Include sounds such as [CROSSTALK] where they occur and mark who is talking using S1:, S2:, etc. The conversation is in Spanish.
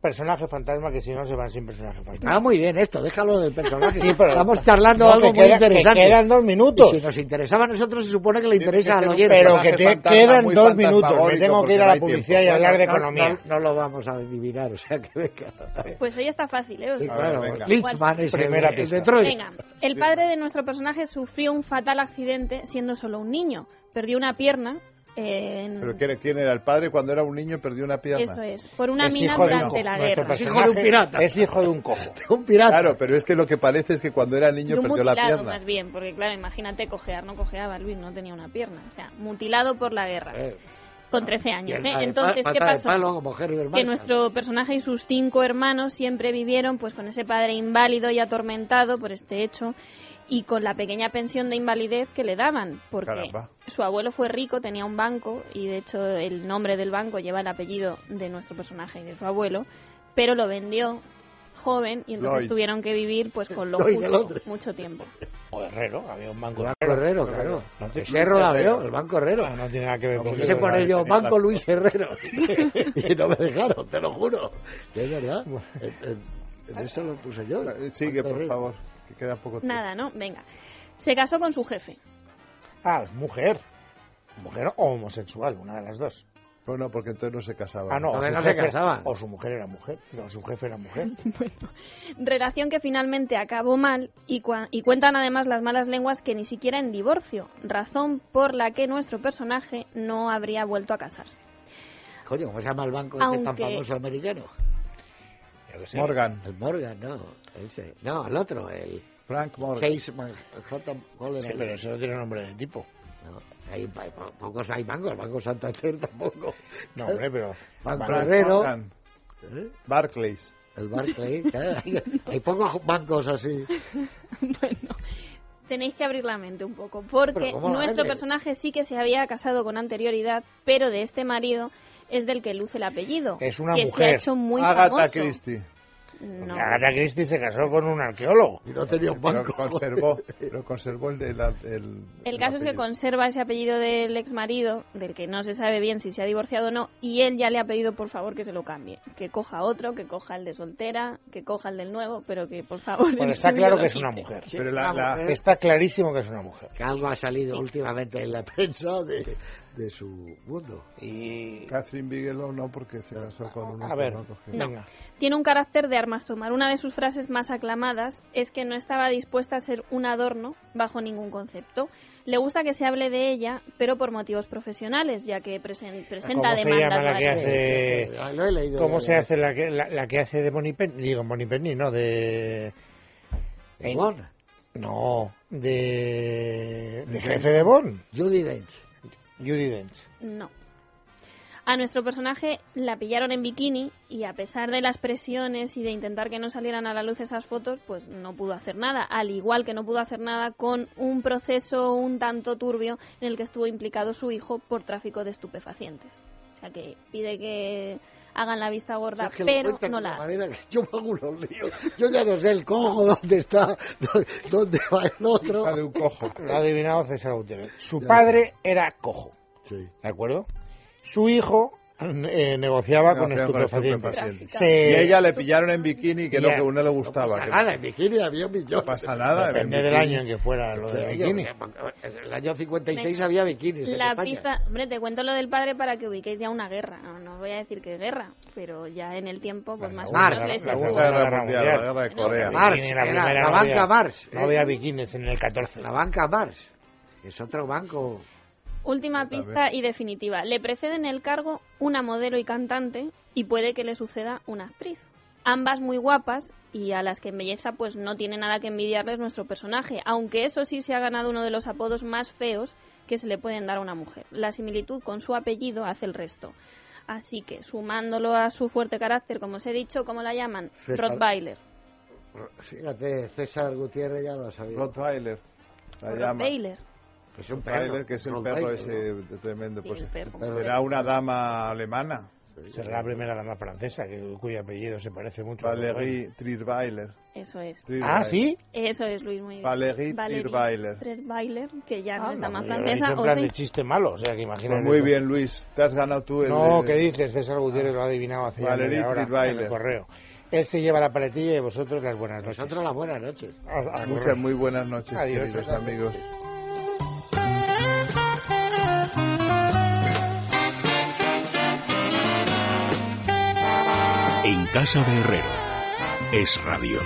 S1: personaje fantasma que si no se van sin personaje fantasma.
S2: Ah, muy bien, esto, déjalo del personaje.
S1: Sí, pero-
S2: Estamos charlando
S1: No,
S2: algo
S1: que
S2: muy
S1: queda- que
S2: interesante.
S1: quedan dos minutos.
S2: Y si nos interesaba a nosotros, se supone que le interesa
S3: Tiene
S2: al
S3: que
S2: oyente.
S3: ser un
S1: Pero que te
S3: fantasma
S1: quedan
S3: muy
S1: dos minutos. Me
S3: fantasmagórico,
S1: tengo que ir
S3: porque
S1: a
S3: no
S1: la
S3: hay
S1: publicidad y
S3: tiempo.
S1: hablar de
S2: No,
S1: economía.
S2: No, no lo vamos a adivinar, o sea que venga.
S4: Pues hoy está fácil, ¿eh? Os
S2: Sí,
S4: digo.
S3: ver,
S2: claro,
S3: venga.
S2: Litzman es el-
S1: Primera
S2: el,
S1: pista.
S2: de Troya.
S4: Venga, el padre de nuestro personaje sufrió un fatal accidente siendo solo un niño. Perdió una pierna. eh, en-
S3: Pero ¿quién, quién era el padre cuando era un niño perdió una pierna?
S4: Eso es, por una
S1: Es
S4: mina
S1: hijo de un
S4: durante
S1: cojo.
S4: la
S1: Nuestro
S4: guerra.
S2: Es hijo de
S1: personaje
S2: un pirata.
S1: Es hijo de un cojo.
S2: Un pirata.
S3: Claro, pero es que lo que parece es que cuando era niño
S4: De un
S3: perdió la
S4: mutilado
S3: pierna.
S4: más bien, porque claro, imagínate cojear, no cojeaba Luis, no tenía una pierna. O sea, mutilado por la guerra,
S2: Eh,
S4: con 13 años.
S2: y
S4: ¿eh?
S2: el- el
S4: Entonces,
S2: pa-
S4: ¿qué
S2: pata de
S4: pasó?
S2: palo como Jerry del
S4: que
S2: Marshall.
S4: nuestro personaje y sus cinco hermanos siempre vivieron pues con ese padre inválido y atormentado por este hecho y con la pequeña pensión de invalidez que le daban porque
S3: Caramba.
S4: su abuelo fue rico tenía un banco y de hecho el nombre del banco lleva el apellido de nuestro personaje y de su abuelo pero lo vendió joven y entonces
S3: Lloyd.
S4: tuvieron que vivir pues con lo
S2: Lloyd de
S4: justo
S2: Londres.
S4: mucho tiempo
S1: O herrero, había un banco.
S2: El Banco Herrero, claro.
S1: No tiene-
S2: Es Herrero la
S3: Herrero.
S2: veo, el Banco Herrero.
S1: Ah, No tiene nada que ver
S3: No,
S1: con
S3: porque
S2: Quise
S3: es verdad,
S2: poner yo
S3: es verdad.
S2: Banco Luis Herrero. [LAUGHS] y no me dejaron, te lo juro. Es verdad. En, en- en eso lo puse yo.
S3: Eh, Sigue,
S2: Banco
S3: por
S2: Herrero.
S3: favor, que queda poco tiempo.
S4: nada no venga se casó con su jefe
S1: Ah, es mujer. Mujer o homosexual, una de las dos.
S3: Bueno, porque entonces no se casaba.
S1: Ah, no,
S2: No,
S1: o
S2: que
S1: su,
S2: no se
S1: jefe,
S2: casaban.
S1: o su mujer era mujer. No, su jefe era mujer.
S4: Relación que finalmente acabó mal y, cua- y cuentan además las malas lenguas que ni siquiera en divorcio, razón por la que nuestro personaje no habría vuelto a casarse.
S2: Coño, ¿cómo se llama el banco este tan
S4: Aunque-
S2: famoso americano?
S1: Yo qué sé.
S3: Morgan,
S2: El Morgan, no. Ese. No, el otro, el
S3: Frank Morgan.
S2: Chase J.
S1: Sí, pero eso no tiene nombre de tipo.
S2: hay, pa- po- pocos hay bancos, Banco Santander [LAUGHS] tampoco.
S1: No, hombre, pero.
S2: Banco
S3: Frank
S2: Herrero,
S3: Morgan.
S2: ¿eh?
S3: Barclays.
S2: el
S1: [LAUGHS]
S2: Barclay. claro, Hay, hay pocos bancos así.
S4: bueno, tenéis que abrir la mente un poco, porque
S2: Pero, ¿cómo la
S4: nuestro
S2: abre?
S4: personaje sí que se había casado con anterioridad, pero de este marido es del que luce el apellido.
S1: Es una
S4: que se
S1: mujer.
S4: ha hecho muy
S3: Agatha
S4: famoso.
S3: Christie.
S4: No.
S1: Porque Agatha Christie se casó con un arqueólogo.
S2: [LAUGHS] Y no tenía un
S3: Lo
S2: banco.
S3: conservó, lo conservó el, el, el-
S4: El caso es que
S3: apellido.
S4: conserva ese apellido del ex marido, del que no se sabe bien si se ha divorciado o no, y él ya le ha pedido por favor que se lo cambie. Que coja otro, que coja el de soltera, que coja el del nuevo, pero que por favor. el
S1: Bueno, está
S4: suyo
S1: claro
S4: lo
S1: que es una
S4: quite.
S1: mujer.
S2: [LAUGHS] Sí,
S3: Pero
S2: una
S3: la- la-
S2: mujer
S1: Está clarísimo que es una mujer.
S2: que algo ha salido últimamente en la prensa de, de su mundo.
S1: Y.
S3: Catherine Bigelow no, porque se casó con un
S1: A
S3: hombre,
S1: ver,
S3: no cogió.
S4: No.
S1: venga.
S4: Tiene un carácter de armas tomar. Una de sus frases más aclamadas es que no estaba dispuesta a ser un adorno bajo ningún concepto. Le gusta que se hable de ella, pero por motivos profesionales, ya que presen- presenta
S1: ¿Cómo se
S4: demandas.
S1: llama la que
S4: varias.
S1: hace-
S2: Sí, sí, sí, Eh, lo he leído.
S1: ¿Cómo se hace la que, la, la que hace de Bonnie Penny? Digo, Bonnie Penny, no, de.
S2: De Bond,
S1: No, de. de jefe de Bond,
S2: Judy Dench.
S1: Judy Dench.
S4: No. A nuestro personaje la pillaron en bikini y a pesar de las presiones y de intentar que no salieran a la luz esas fotos, pues no pudo hacer nada, al igual que no pudo hacer nada con un proceso un tanto turbio en el que estuvo implicado su hijo por tráfico de estupefacientes. O sea que pide que hagan la vista gorda,
S2: Es que lo
S4: pero
S2: cuentan
S4: no
S2: de
S4: la
S2: una
S4: hacen.
S2: manera que yo me hago unos líos. Yo ya no sé el cojo, dónde está, dó- dónde va el otro.
S3: Hija de un cojo.
S1: Lo ha adivinado César Gutiérrez. Su
S2: Ya.
S1: padre era cojo,
S2: Sí.
S1: ¿de acuerdo? Su hijo eh, negociaba con
S3: Negociaba con
S1: estupefacientes.
S3: estupefacientes.
S1: Se-
S3: Y a ella le pillaron en bikini que
S1: Eh, Ya. Pues
S3: no, que uno le gustaba.
S2: Pasa
S3: que-
S2: nada, en bikini había millones.
S3: No pasa nada. en
S1: Depende del
S3: bikini.
S1: año en que fuera lo de bikini.
S2: El año 56 había bikinis. en
S4: La
S2: España.
S4: pista, hombre, te cuento lo del padre para que ubiquéis ya una guerra. No, no voy a decir que guerra, pero ya en el tiempo, pues más o
S2: Segunda
S4: menos
S2: Guerra-
S4: les
S3: La
S4: hubo-
S3: Segunda Guerra Mundial, la guerra de Corea.
S1: Bikini
S2: Marx,
S1: en la
S2: era
S1: Primera
S2: la
S1: Guerra
S2: banca
S1: Mundial.
S2: Marx,
S1: No
S2: ¿eh?
S1: había bikinis en el 14.
S2: La banca Mars. Es otro banco.
S4: Última
S3: Otra vez.
S4: pista y definitiva. Le preceden el cargo una modelo y cantante y puede que le suceda una actriz. Ambas muy guapas y a las que en belleza pues no tiene nada que envidiarles nuestro personaje, aunque eso sí se ha ganado uno de los apodos más feos que se le pueden dar a una mujer. La similitud con su apellido hace el resto. Así que sumándolo a su fuerte carácter, como os he dicho, ¿cómo la llaman?
S2: César.
S4: Rottweiler.
S2: Fíjate, César Gutiérrez ya lo sabía.
S3: Rottweiler. La llama.
S4: Rottweiler.
S2: Es un perro.
S3: Rottweiler, que es el perro
S2: Rottweiler,
S3: ese de tremendo.
S4: Sí,
S3: Pues
S4: el perro.
S3: será una dama alemana.
S1: Será la primera dama francesa, que, cuyo apellido se parece mucho a
S3: Valérie Trierweiler.
S4: Eso es.
S3: Trierweiler.
S1: Ah, ¿sí.
S4: Eso es, Luis, muy bien.
S3: Valérie Trierweiler.
S4: Trierweiler, que ya no
S1: Ah,
S4: es dama
S1: no, yo lo he dicho
S4: francesa.
S1: en
S4: o
S1: plan
S4: sí.
S1: de chiste malo, o sea que
S3: Pues
S1: imagínate.
S3: muy bien, Luis. Te has ganado
S2: pues,
S3: tú el.
S1: No,
S2: eh,
S3: el-
S1: ¿qué dices? César
S2: ah,
S1: Gutiérrez lo ha adivinado hace ya
S3: Valerie
S1: media hora en el
S3: Trierweiler.
S1: correo. Él se lleva la paletilla y vosotros las buenas noches.
S2: Nosotros las buenas noches.
S1: A- a correr.
S3: Muchas muy buenas noches,
S1: Adiós.
S3: queridos amigos.
S5: En casa de Herrero. Es Radio.